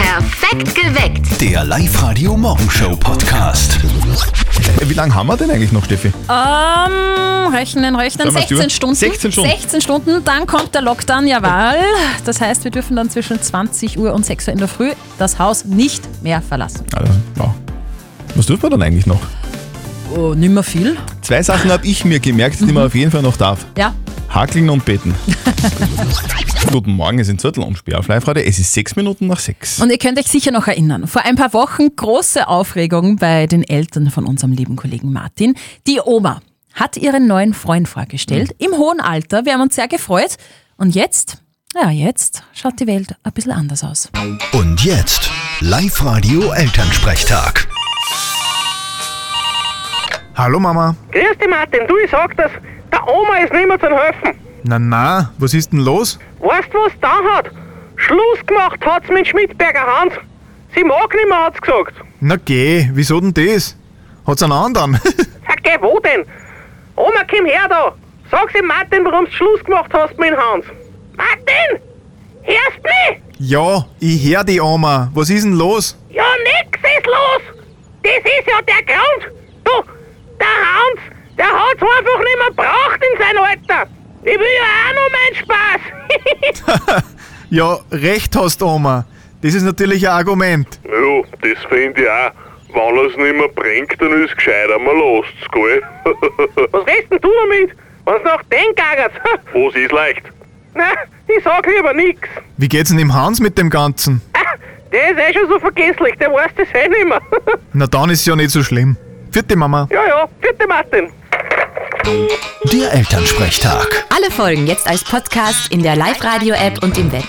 Perfekt geweckt. Der Live-Radio Morgenshow Podcast. Äh, Wie lange haben wir denn eigentlich noch, Steffi? Ähm, rechnen, rechnen. Sag mal, 16 Stuart. Stunden. 16 Stunden. 16 Stunden, dann kommt der Lockdown, jawohl. Das heißt, wir dürfen dann zwischen 20 Uhr und 6 Uhr in der Früh das Haus nicht mehr verlassen. Also, ja. Was dürfen wir dann eigentlich noch? Oh, nimmer viel. Zwei Sachen habe ich mir gemerkt, die man auf jeden Fall noch darf. Ja. Hakeln und beten. Guten Morgen, es sind Zettel um auf Live-Radio. Es ist sechs Minuten nach sechs. Und ihr könnt euch sicher noch erinnern, vor ein paar Wochen große Aufregung bei den Eltern von unserem lieben Kollegen Martin. Die Oma hat ihren neuen Freund vorgestellt, im hohen Alter. Wir haben uns sehr gefreut. Und jetzt, ja, jetzt schaut die Welt ein bisschen anders aus. Und jetzt Live-Radio Elternsprechtag. Hallo Mama. Grüß dich, Martin. Du, ich sag das, der Oma ist nimmer zu helfen. Na na, was ist denn los? Weißt du, was da hat? Schluss gemacht hat's mit Schmidberger Hans. Sie mag nimmer, hat's gesagt. Na geh, wieso denn das? Hat's einen anderen? Sag, geh, wo denn? Oma, komm her da. Sag's dem Martin, warum's Schluss gemacht hast mit dem Hans. Martin! Hörst mich? ja, ich hör die Oma. Was ist denn los? Ja, nix ist los! Das ist ja der Grund! Du, der Hans, der hat's einfach nimmer braucht in sein Alter! Ich will ja auch noch meinen Spaß! Ja, recht hast Oma. Das ist natürlich ein Argument. Ja, das finde ich auch. Wenn er es nicht mehr bringt, dann ist es gescheiter. Man lasst es, gell? Was redest denn du damit? Wenn's nach den gagert? Was ist leicht? Nein, ich sag lieber nix. Wie geht's denn dem Hans mit dem Ganzen? Ah, Der ist eh schon so vergesslich, der weiß das eh nimmer. Na dann ist ja nicht so schlimm. Vierte Mama. ja, ja, vierte Martin. Der Elternsprechtag. Alle Folgen jetzt als Podcast in der Live-Radio-App und im Web.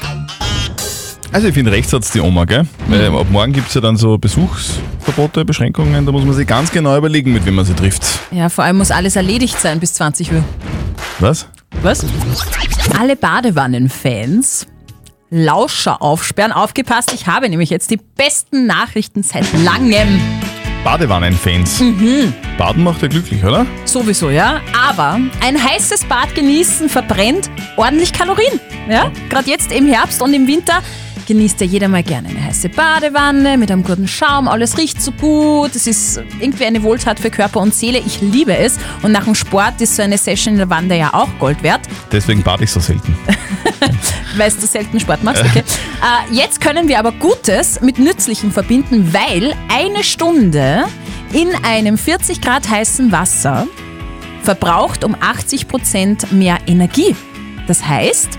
Also, ich finde, rechts hat's die Oma, gell? Weil ab morgen gibt's ja dann so Besuchsverbote, Beschränkungen. Da muss man sich ganz genau überlegen, mit wem man sie trifft. Ja, vor allem muss alles erledigt sein bis 20 Uhr. Was? Was? Alle Badewannenfans, Lauscher aufsperren. Aufgepasst, ich habe nämlich jetzt die besten Nachrichten seit langem. Badewannenfans. Baden macht ja glücklich, oder? Sowieso, ja. Aber ein heißes Bad genießen verbrennt ordentlich Kalorien. Ja? Gerade jetzt im Herbst und im Winter genießt ja jeder mal gerne eine heiße Badewanne mit einem guten Schaum. Alles riecht so gut. Es ist irgendwie eine Wohltat für Körper und Seele. Ich liebe es. Und nach dem Sport ist so eine Session in der Wanne ja auch Gold wert. Deswegen bade ich so selten. weil du selten Sport machst. Okay. äh, jetzt können wir aber Gutes mit Nützlichem verbinden, weil eine Stunde in einem 40 Grad heißen Wasser verbraucht um 80 Prozent mehr Energie. Das heißt,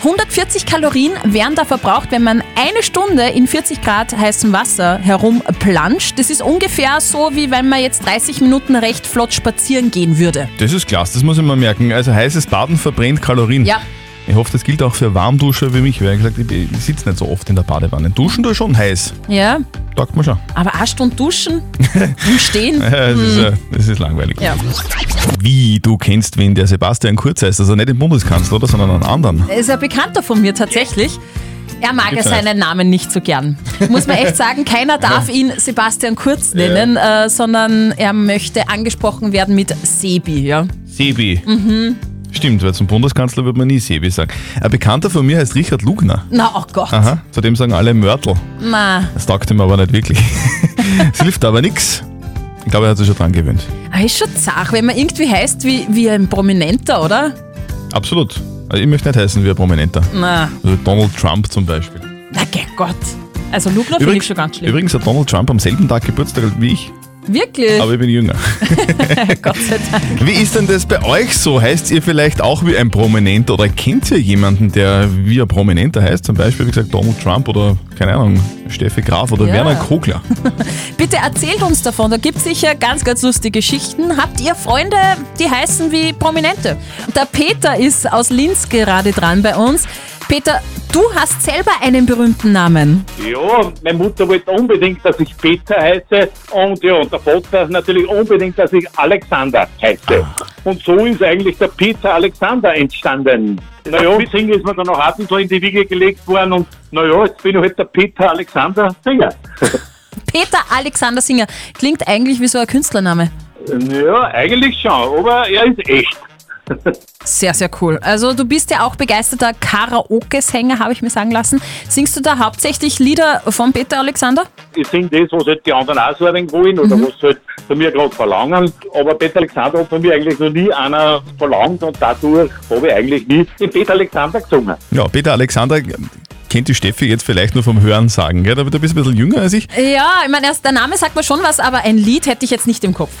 140 Kalorien werden da verbraucht, wenn man eine Stunde in 40 Grad heißem Wasser herumplanscht. Das ist ungefähr so, wie wenn man jetzt 30 Minuten recht flott spazieren gehen würde. Das ist klasse, das muss ich mal merken. Also heißes Baden verbrennt Kalorien. Ja. Ich hoffe, das gilt auch für Warmduscher wie mich, weil ich gesagt, ich, ich sitze nicht so oft in der Badewanne. Duschen tue ich schon heiß. Ja, Taugt mir schon. aber eine Stunde duschen im Stehen. Äh, Das, ist, äh, das ist langweilig. Mhm. Ja. Wie, du kennst wen, der Sebastian Kurz heißt, also nicht den Bundeskanzler, oder, sondern einen anderen. ist ein Bekannter von mir tatsächlich. Er mag ja Gibt's seinen Namen nicht so gern. Muss man echt sagen, keiner darf ihn Sebastian Kurz nennen, äh, sondern er möchte angesprochen werden mit Sebi. Ja. Sebi. Mhm. Stimmt, weil zum Bundeskanzler wird man nie Sebi sagen. Ein Bekannter von mir heißt Richard Lugner. Na, oh Gott. Aha. Zudem sagen alle Mörtel. Na. Das taugt ihm aber nicht wirklich. Es hilft aber nichts. Ich glaube, er hat sich schon dran gewöhnt. Aber ist schon zach, wenn man irgendwie heißt wie, wie ein Prominenter, oder? Absolut. Also ich möchte nicht heißen wie ein Prominenter. Na, Also Donald Trump zum Beispiel. na geh Gott. Also Lugner finde ich schon ganz schlimm. übrigens hat Donald Trump am selben Tag Geburtstag wie ich, Wirklich, aber ich bin jünger. Gott sei Dank. Wie ist denn das bei euch so? Heißt ihr vielleicht auch wie ein Prominenter oder kennt ihr jemanden, der wie ein Prominenter heißt? Zum Beispiel, wie gesagt, Donald Trump oder, keine Ahnung, Steffi Graf oder Ja. Werner Kogler. Bitte erzählt uns davon, da gibt es sicher ganz, ganz lustige Geschichten. Habt ihr Freunde, die heißen wie Prominente? Der Peter ist aus Linz gerade dran bei uns. Peter, du hast selber einen berühmten Namen. Ja, meine Mutter wollte unbedingt, dass ich Peter heiße und ja, und der Vater natürlich unbedingt, dass ich Alexander heiße. Und so ist eigentlich der Peter Alexander entstanden. Naja, Singen ist mir dann noch hart so in die Wiege gelegt worden und naja, jetzt bin ich halt der Peter Alexander Singer. Peter Alexander Singer. Klingt eigentlich wie so ein Künstlername. Ja, eigentlich schon, aber er ist echt. Sehr, sehr cool. Also du bist ja auch begeisterter Karaoke-Sänger, habe ich mir sagen lassen. Singst du da hauptsächlich Lieder von Peter Alexander? Ich singe das, was halt die anderen auch so ein wollen oder was sie halt von mir gerade verlangen. Aber Peter Alexander hat von mir eigentlich noch nie einer verlangt und dadurch habe ich eigentlich nie den Peter Alexander gesungen. Ja, Peter Alexander kennt die Steffi jetzt vielleicht nur vom Hören sagen, gell? aber du bist ein bisschen jünger als ich. Ja, ich meine, erst der Name sagt mir schon was, aber ein Lied hätte ich jetzt nicht im Kopf.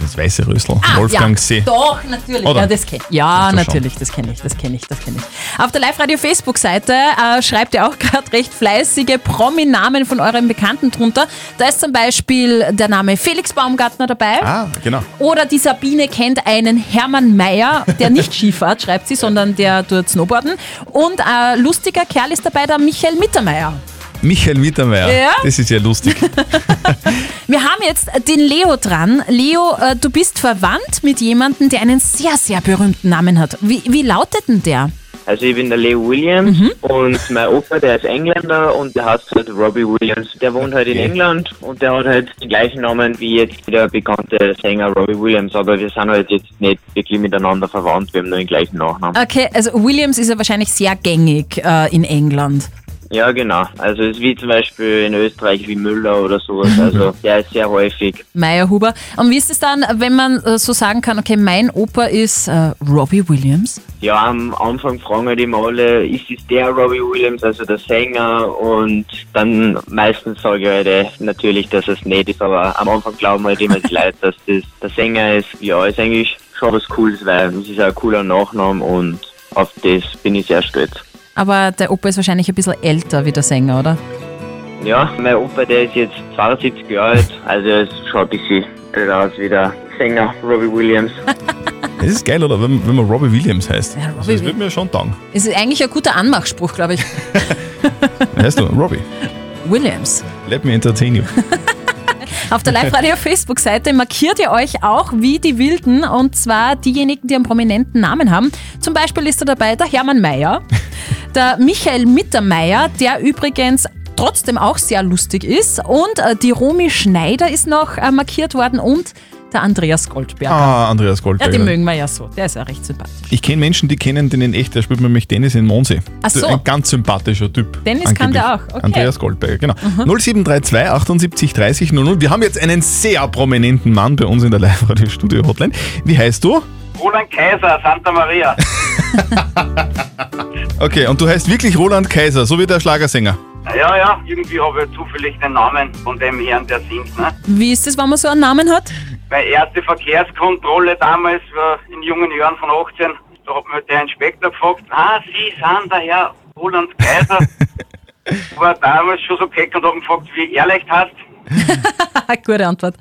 Das weiße Rösel, Wolfgang See. Ah, Ja, doch, natürlich. Oder? Ja, das kenn, ja Musst du schauen. natürlich, das kenne ich, das kenne ich, das kenne ich. Auf der Live-Radio-Facebook-Seite äh, schreibt ihr auch gerade recht fleißige Prominamen von euren Bekannten drunter. Da ist zum Beispiel der Name Felix Baumgartner dabei. Ah, genau. Oder die Sabine kennt einen Hermann Mayer, der nicht Skifahrt, schreibt sie, sondern der tut Snowboarden. Und äh, lustiger Kerl ist dabei der Michael Mittermeier. Michael Mittermeier. Ja? Das ist ja lustig. Wir haben jetzt äh, den Leo dran. Leo, äh, du bist verwandt mit jemandem, der einen sehr, sehr berühmten Namen hat. Wie, wie lautet denn der? Also ich bin der Leo Williams und mein Opa, der ist Engländer und der heißt halt Robbie Williams. Der wohnt halt in England und der hat halt den gleichen Namen wie jetzt der bekannte Sänger Robbie Williams, aber wir sind halt jetzt nicht wirklich miteinander verwandt, wir haben nur den gleichen Nachnamen. Okay, also Williams ist ja wahrscheinlich sehr gängig äh, in England. Ja genau, also es ist wie zum Beispiel in Österreich wie Müller oder sowas, also der ist sehr häufig. Meyerhuber. Und wie ist es dann, wenn man äh, so sagen kann, okay, mein Opa ist äh, Robbie Williams? Ja, am Anfang fragen halt immer alle, ist es der Robbie Williams, also der Sänger? Und dann meistens sage ich halt äh, natürlich, dass es nicht ist, aber am Anfang glauben halt immer die Leute, dass das der Sänger ist. Ja, ist eigentlich schon was Cooles, weil es ist auch ein cooler Nachname und auf das bin ich sehr stolz. Aber der Opa ist wahrscheinlich ein bisschen älter wie der Sänger, oder? Ja, mein Opa, der ist jetzt 72 Jahre alt, also es schaut ein bisschen älter aus wie der Sänger Robbie Williams. Das ist geil, oder? Wenn, wenn man Robbie Williams heißt. Ja, Robbie also, das Wi- würde mir schon taugen. Ist eigentlich ein guter Anmachspruch, glaube ich. Heißt du Robbie? Williams. Let me entertain you. Auf der Live-Radio-Facebook-Seite markiert ihr euch auch wie die Wilden und zwar diejenigen, die einen prominenten Namen haben. Zum Beispiel ist da dabei der Hermann Mayer, der Michael Mittermeier, der übrigens trotzdem auch sehr lustig ist und äh, die Romy Schneider ist noch äh, markiert worden und der Andreas Goldberg. Ah, Andreas Ja, Goldberger. den mögen wir ja so. Der ist ja recht sympathisch. ich kenne Menschen, die kennen den in echt. Der spielt nämlich Dennis in Monse. Ach so. Ein ganz sympathischer Typ. Dennis kann angeblich. der auch, okay. Mhm. Andreas Goldberger, genau. 0732 78 30 00. Wir haben jetzt einen sehr prominenten Mann bei uns in der Live-Radio-Studio-Hotline. Wie heißt du? Roland Kaiser, Santa Maria. Okay, und du heißt wirklich Roland Kaiser, so wie der Schlagersänger. Ja, ja, irgendwie habe ich zufällig den Namen von dem Herrn, der singt. Ne? Wie ist es, wenn man so einen Namen hat? Meine erste Verkehrskontrolle damals war Äh, in jungen Jahren von 18. Da hat mir der Inspektor gefragt, ah, Sie sind der Herr Roland Kaiser. war damals schon so keck und hab ihn gefragt, wie ehrlich hast. Haha, Gute Antwort.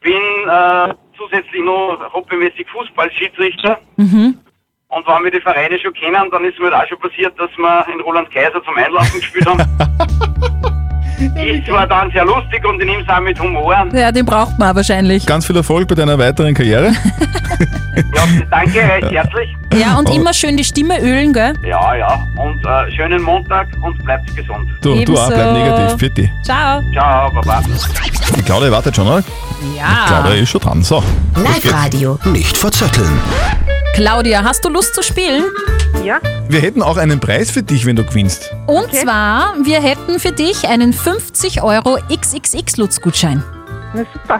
Bin äh, zusätzlich noch hobbymäßig Fußballschiedsrichter. Und wenn wir die Vereine schon kennen, dann ist mir da auch schon passiert, dass wir in Roland Kaiser zum Einlaufen gespielt haben. Ist zwar dann sehr lustig und ich nehme es auch mit Humor. Ja, den braucht man wahrscheinlich. Ganz viel Erfolg bei deiner weiteren Karriere. Ja, danke recht herzlich. Ja, Oh. und immer schön die Stimme ölen, gell? Ja, ja. Und äh, schönen Montag und bleibt gesund. Du, du auch, bleib Ebenso. negativ, bitte. Ciao. Ciao, Baba. Die Claudia wartet schon, oder? Ja. Claudia ist schon dran. So. Live-Radio. Nicht verzetteln. Claudia, hast du Lust zu spielen? Wir hätten auch einen Preis für dich, wenn du gewinnst. Und zwar, wir hätten für dich einen 50 Euro XXX-Lutz-Gutschein.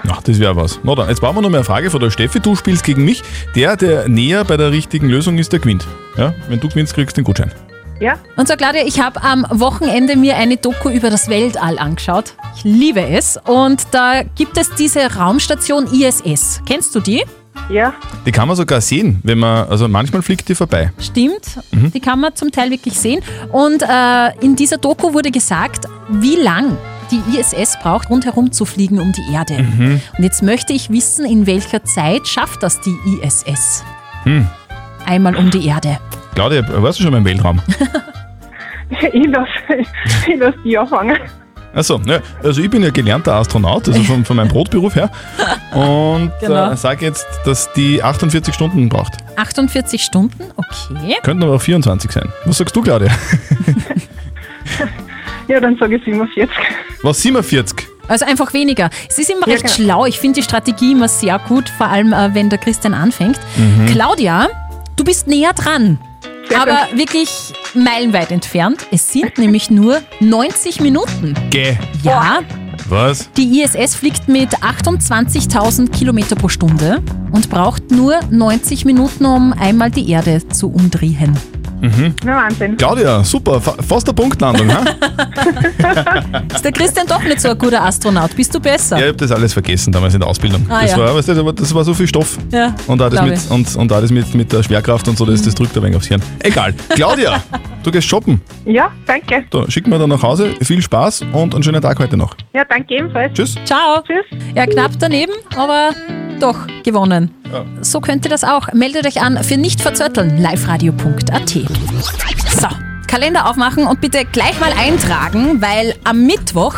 Ach, das wäre was. Na dann, jetzt brauchen wir noch mal eine Frage von der Steffi. Du spielst gegen mich. Der, der näher bei der richtigen Lösung ist, der gewinnt. Ja? Wenn du gewinnst, kriegst du den Gutschein. Und so, Claudia, ich habe am Wochenende mir eine Doku über das Weltall angeschaut. Ich liebe es. Und da gibt es diese Raumstation ISS. Kennst du die? Die kann man sogar sehen, wenn man, also manchmal fliegt die vorbei. Stimmt, die kann man zum Teil wirklich sehen. Und äh, in dieser Doku wurde gesagt, wie lang die ISS braucht, rundherum zu fliegen um die Erde. Und jetzt möchte ich wissen, in welcher Zeit schafft das die ISS? Einmal um die Erde. Claudia, warst du schon mal im Weltraum? Ich lasse ich lass die anfangen. Achso, ja, also ich bin ja gelernter Astronaut, also von, von meinem Brotberuf her. Und Genau. äh, sage jetzt, dass die 48 Stunden braucht. 48 Stunden, okay. Könnten aber auch 24 sein. Was sagst du, Claudia? Ja, dann sage ich 47. Was 47? Also einfach weniger. Es ist immer recht schlau. Ich finde die Strategie immer sehr gut, vor allem äh, wenn der Christian anfängt. Claudia, Du bist näher dran, aber wirklich meilenweit entfernt. Es sind nämlich nur 90 Minuten. Geh. Ja, Was? die ISS fliegt mit 28.000 Kilometer pro Stunde und braucht nur 90 Minuten, um einmal die Erde zu umdrehen. Mhm. Na, Wahnsinn. Claudia, super, fa fast eine Punktlandung, ha? Ist der Christian doch nicht so ein guter Astronaut? Bist du besser? Ja, ich hab das alles vergessen damals in der Ausbildung. Ah, das, ja. war, weißt du, das war- das war so viel Stoff. Ja, Und da das, glaub mit, ich. Mhm. und, und da das mit, mit der Schwerkraft und so, das, das drückt ein wenig aufs Hirn. Egal. Claudia, du gehst shoppen. Ja, danke. Da, schick mir dann nach Hause. Viel Spaß und einen schönen Tag heute noch. Ja, danke ebenfalls. Tschüss. Ciao. Tschüss. Ja, knapp daneben, aber doch gewonnen. Ja. So könnt ihr das auch. Meldet euch an für nicht verzötteln. liveradio.at. So, Kalender aufmachen und bitte gleich mal eintragen, weil am Mittwoch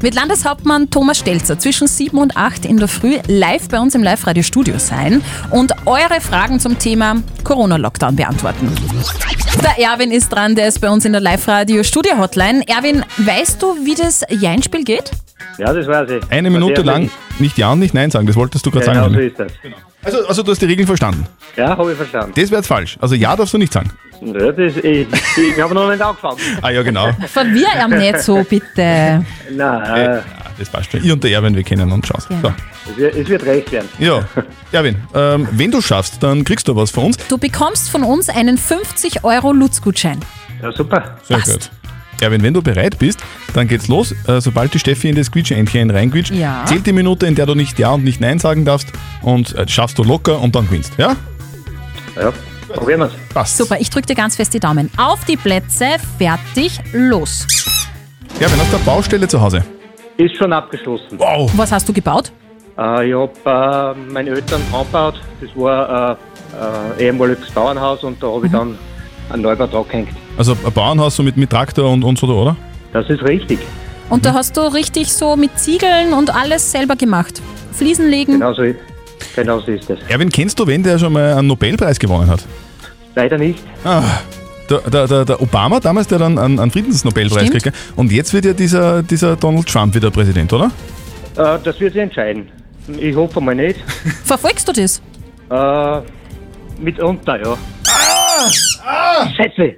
wird Landeshauptmann Thomas Stelzer zwischen 7 und 8 in der Früh live bei uns im Live-Radio-Studio sein und eure Fragen zum Thema Corona-Lockdown beantworten. Der Erwin ist dran, der ist bei uns in der Live-Radio-Studio-Hotline. Erwin, weißt du, wie das Jeinspiel geht? Ja, das weiß ich. Eine Minute lang nicht Ja und nicht Nein sagen. Das wolltest du gerade Genau sagen. so Janine. ist das. Also, also du hast die Regeln verstanden. Ja, habe ich verstanden. Das wäre jetzt falsch. Also Ja darfst du nicht sagen. Ja, das, ich ich habe noch nicht angefangen. Ah ja, genau. Verwirr ihn nicht so, bitte. Nein, äh, Ah, Das passt schon. Ich und der Erwin, wir kennen uns schon. So. es, wird, es wird recht werden. Ja, Erwin, ähm, wenn du schaffst, dann kriegst du was von uns. Du bekommst von uns einen 50-Euro-Lutz-Gutschein. Ja, super. Sehr gut. Erwin, wenn du bereit bist, dann geht's los. Äh, sobald die Steffi in das Quietscheentchen reinquietscht, Ja. zählt die Minute, in der du nicht Ja und nicht Nein sagen darfst und äh, schaffst du locker und dann gewinnst. Ja? Ja, probieren wir's. Passt. Super, ich drücke dir ganz fest die Daumen. Auf die Plätze, fertig, los. Erwin, auf der Baustelle zu Hause. Ist schon abgeschlossen. Wow. Was hast du gebaut? Äh, ich habe äh, meine Eltern angebaut. Das war äh, äh, ehemaliges Bauernhaus und da habe ich dann einen Neubau draufgehängt. Also ein Bauernhaus so mit, mit Traktor und, und so, da, oder? Das ist richtig. Und da hast du richtig so mit Ziegeln und alles selber gemacht. Fliesen legen. Genau so, genau so ist das. Erwin, kennst du wen, der schon mal einen Nobelpreis gewonnen hat? Leider nicht. Ah, der, der, der, der Obama damals, der dann einen, einen Friedensnobelpreis Stimmt. kriegt. gell? Und jetzt wird ja dieser, dieser Donald Trump wieder Präsident, oder? Äh, das wird sich entscheiden. Ich hoffe mal nicht. Verfolgst du das? Äh, mitunter, ja. Schätze!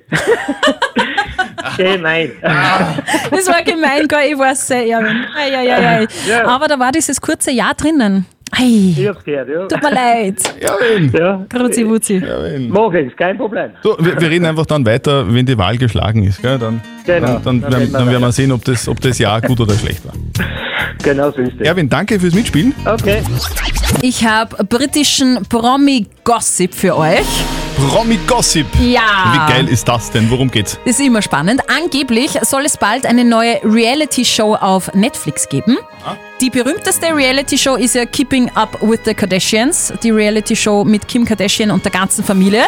Gemein. Das war gemein, gell? ich weiß eh, Erwin. Ei, ei, ei, ei. Ja. Aber da war dieses kurze Ja drinnen. Ei, Ich hab's gehört, ja. tut mir leid. Erwin! ja. Kruzi Wutzi. Erwin. Mach ich, kein Problem. So, wir, wir reden einfach dann weiter, wenn die Wahl geschlagen ist. Gell? Dann, Genau. Dann dann, dann, dann, reden wir werden wir weiter. sehen, ob das, ob das Jahr gut oder schlecht war. nou, Genau so ist es. Erwin, danke fürs Mitspielen. Okay. Ich habe britischen Promi-Gossip für euch. Promi Gossip. Ja. Wie geil ist das denn? Worum geht's? Das ist immer spannend. Angeblich soll es bald eine neue Reality-Show auf Netflix geben. Die berühmteste Reality-Show ist ja Keeping Up with the Kardashians, die Reality-Show mit Kim Kardashian und der ganzen Familie.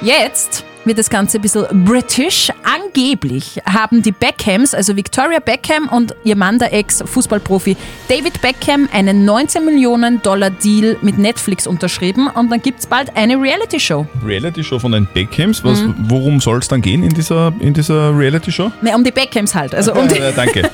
Jetzt wird das Ganze ein bisschen british. Angeblich haben die Beckhams, also Victoria Beckham und ihr Mann, der Ex-Fußballprofi David Beckham, einen 19 Millionen Dollar Deal mit Netflix unterschrieben und dann gibt es bald eine Reality-Show. Reality-Show von den Beckhams. Was, Worum soll es dann gehen in dieser, in dieser Reality-Show? Ne, um die Beckhams halt, also um die, Äh, danke.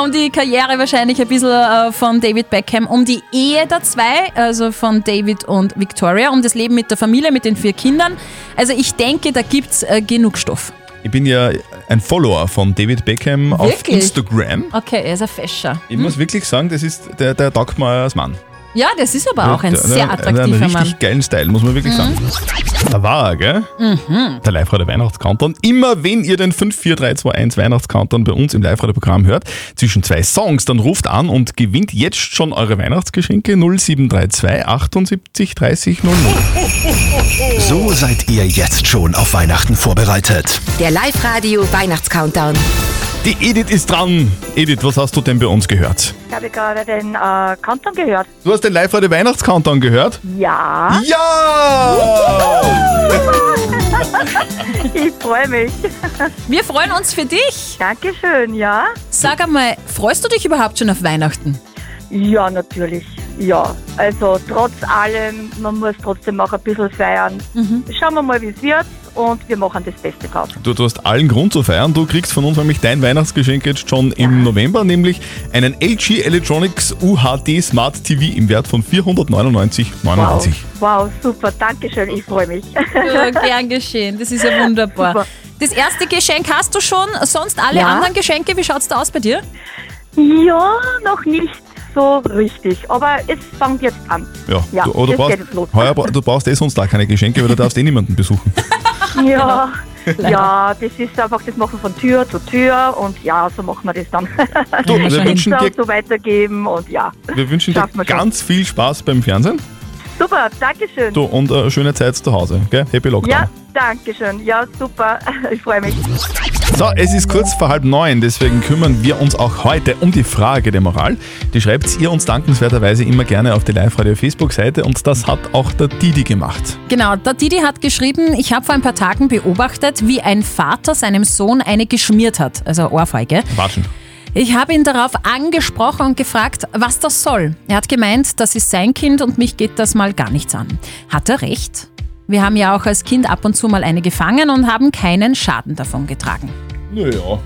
um die Karriere wahrscheinlich ein bisschen äh, von David Beckham, um die Ehe der zwei, also von David und Victoria, um das Leben mit der Familie, mit den vier Kindern. Also ich denke, da gibt es äh, genug Stoff. Ich bin ja ein Follower von David Beckham auf Wirklich? Instagram. Okay, er ist ein Fescher. Ich muss wirklich sagen, das ist der, der taugt mir als Mann. Ja, das ist aber auch ein Der- der- sehr der hat einen attraktiver richtig Mann. Mhm. geilen Style, muss man wirklich sagen. Da war er, gell? Der Live-Radio Weihnachtscountdown. Immer wenn ihr den 54321 Weihnachtscountdown bei uns im Live-Radio-Programm hört, zwischen zwei Songs, dann ruft an und gewinnt jetzt schon eure Weihnachtsgeschenke 0732 78 30 00. So seid ihr jetzt schon auf Weihnachten vorbereitet. Der Live-Radio Weihnachts-Countdown. Die Edith ist dran. Edith, was hast du denn bei uns gehört? Ich habe gerade den äh, Kanton gehört. Du hast den Live-Radio Weihnachtscountdown gehört? Ja, Ja! ich freue mich. Wir freuen uns für dich. Dankeschön, ja? Sag einmal, freust du dich überhaupt schon auf Weihnachten? Ja, natürlich. Ja, also trotz allem, man muss trotzdem auch ein bisschen feiern. Schauen wir mal, wie es wird. und wir machen das Beste draus. Du, du hast allen Grund zu feiern. Du kriegst von uns nämlich dein Weihnachtsgeschenk jetzt schon im November, nämlich einen LG Electronics UHD Smart TV im Wert von 499,99. Wow, wow super, Dankeschön, ich freue mich. Ja, gern geschehen, das ist ja wunderbar. Super. Das erste Geschenk hast du schon, sonst alle Ja. anderen Geschenke, wie schaut's da aus bei dir? Ja, noch nicht so richtig, aber es fängt jetzt an. Ja, Ja, du, aber du, das brauchst, geht jetzt los. heuer, bra- du brauchst eh sonst da keine Geschenke, weil du darfst eh niemanden besuchen. Ja, ja, das ist einfach das Machen von Tür zu Tür und ja, so machen wir das dann. Du, wir wünschen dir- und so weitergeben und ja. Wir wünschen dir Schaffen wir schon. ganz viel Spaß beim Fernsehen Super, Dankeschön. du, und äh, schöne Zeit zu Hause. Gell? Happy Lockdown. Ja, Dankeschön. Ja, super. Ich freue mich. So, es ist kurz vor halb neun, deswegen kümmern wir uns auch heute um die Frage der Moral. Die schreibt ihr uns dankenswerterweise immer gerne auf die Live-Radio-Facebook-Seite und das hat auch der Didi gemacht. Genau, der Didi hat geschrieben, ich habe vor ein paar Tagen beobachtet, wie ein Vater seinem Sohn eine geschmiert hat, also Ohrfeige. Watschen. Ich habe ihn darauf angesprochen und gefragt, was das soll. Er hat gemeint, das ist sein Kind und mich geht das mal gar nichts an. Hat er recht? Wir haben ja auch als Kind ab und zu mal eine gefangen und haben keinen Schaden davon getragen. Naja.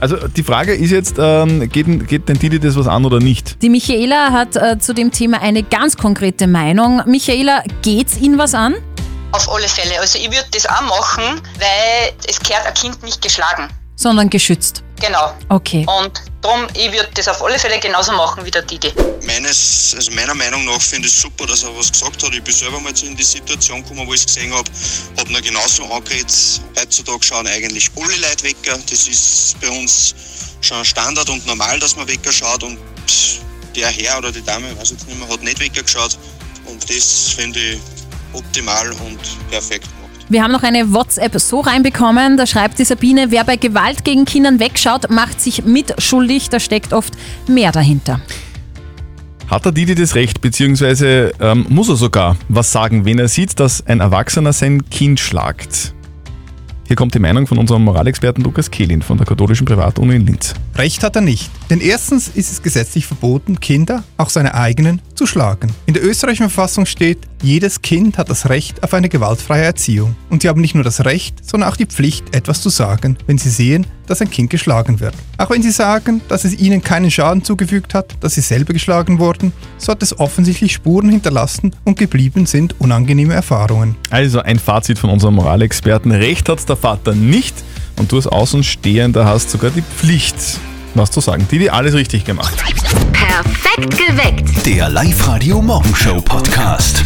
Also die Frage ist jetzt, ähm, geht, geht denn Didi das was an oder nicht? Die Michaela hat äh, zu dem Thema eine ganz konkrete Meinung. Michaela, geht's Ihnen was an? Auf alle Fälle. Also ich würde das auch machen, weil es gehört ein Kind nicht geschlagen. Sondern geschützt. Genau. Okay. Und darum, ich würde das auf alle Fälle genauso machen wie der Didi. Meines, also meiner Meinung nach finde ich super, dass er was gesagt hat. Ich bin selber mal so in die Situation gekommen, wo ich es gesehen habe, hat mir genauso angeredet. Heutzutage schauen eigentlich alle Leute Wecker. Das ist bei uns schon Standard und normal, dass man Wecker schaut und der Herr oder die Dame, weiß jetzt nicht mehr, hat nicht Wecker geschaut. Und das finde ich optimal und perfekt. Wir haben noch eine WhatsApp so reinbekommen, da schreibt die Sabine, wer bei Gewalt gegen Kindern wegschaut, macht sich mitschuldig, da steckt oft mehr dahinter. Hat der Didi das Recht, beziehungsweise ähm, muss er sogar was sagen, wenn er sieht, dass ein Erwachsener sein Kind schlagt? Hier kommt die Meinung von unserem Moralexperten Lukas Kehlin von der katholischen Privatuni in Linz. Recht hat er nicht. Denn erstens ist es gesetzlich verboten, Kinder, auch seine eigenen, zu schlagen. In der österreichischen Verfassung steht, jedes Kind hat das Recht auf eine gewaltfreie Erziehung. Und sie haben nicht nur das Recht, sondern auch die Pflicht, etwas zu sagen, wenn sie sehen, dass ein Kind geschlagen wird. Auch wenn sie sagen, dass es ihnen keinen Schaden zugefügt hat, dass sie selber geschlagen wurden, so hat es offensichtlich Spuren hinterlassen und geblieben sind unangenehme Erfahrungen. Also ein Fazit von unserem Moralexperten. Recht hat der Vater nicht und du als Außenstehender hast sogar die Pflicht, was zu sagen. Didi, alles richtig gemacht. Perfekt geweckt. Der Live-Radio Morgenshow Podcast.